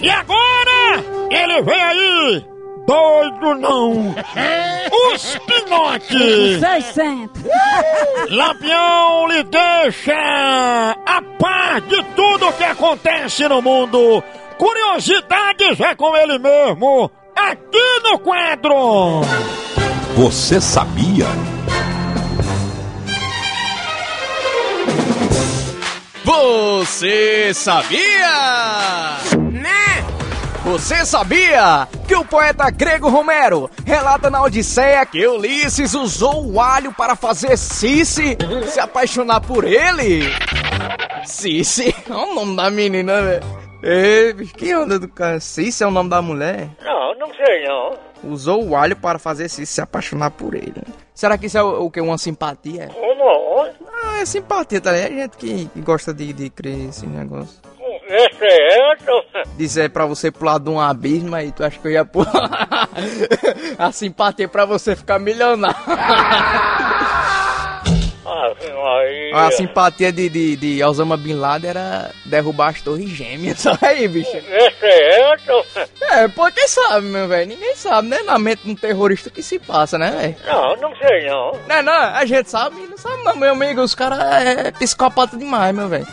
E agora, ele vem aí, doido não, os pinotes. 600. Lampião lhe deixa a par de tudo que acontece no mundo. Curiosidades é com ele mesmo, aqui no quadro. Você sabia? Você sabia? Né? Você sabia que o poeta grego Romero relata na Odisseia que Ulisses usou o alho para fazer Cici se apaixonar por ele? Cici? Olha o nome da menina, velho. Ei, bicho, que onda do cara? Cici é o nome da mulher? Não, não sei não. Usou o alho para fazer Cici se apaixonar por ele. Será que isso é o, o que? Uma simpatia? Ou não. Ah, é simpatia, tá ligado? É gente que que gosta de, de crer esse negócio. Esse é outro. Dizer pra você pular de um abismo aí, tu acha que eu ia pular? A simpatia é pra você ficar milionário. Ave Ah, É. Maria. A simpatia de, de, de Osama Bin Laden era derrubar as torres gêmeas. Olha aí, bicho. Esse é outro. É, pô, quem sabe, meu velho? Ninguém sabe, né? Na mente de um terrorista o que se passa, né, velho? Não, não sei não. Não, é, não, a gente sabe, não sabe não, meu amigo. Os caras é psicopata demais, meu velho.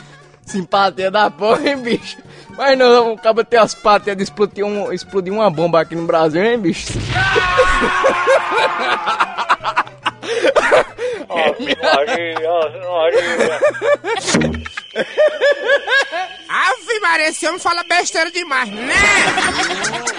Simpatia da porra, hein, bicho? Mas não, o cabo tem as patas de explodir, um, explodir uma bomba aqui no Brasil, hein, bicho? Ave Ah, Maria, Ave Maria. Ave Maria, esse homem fala besteira demais, né?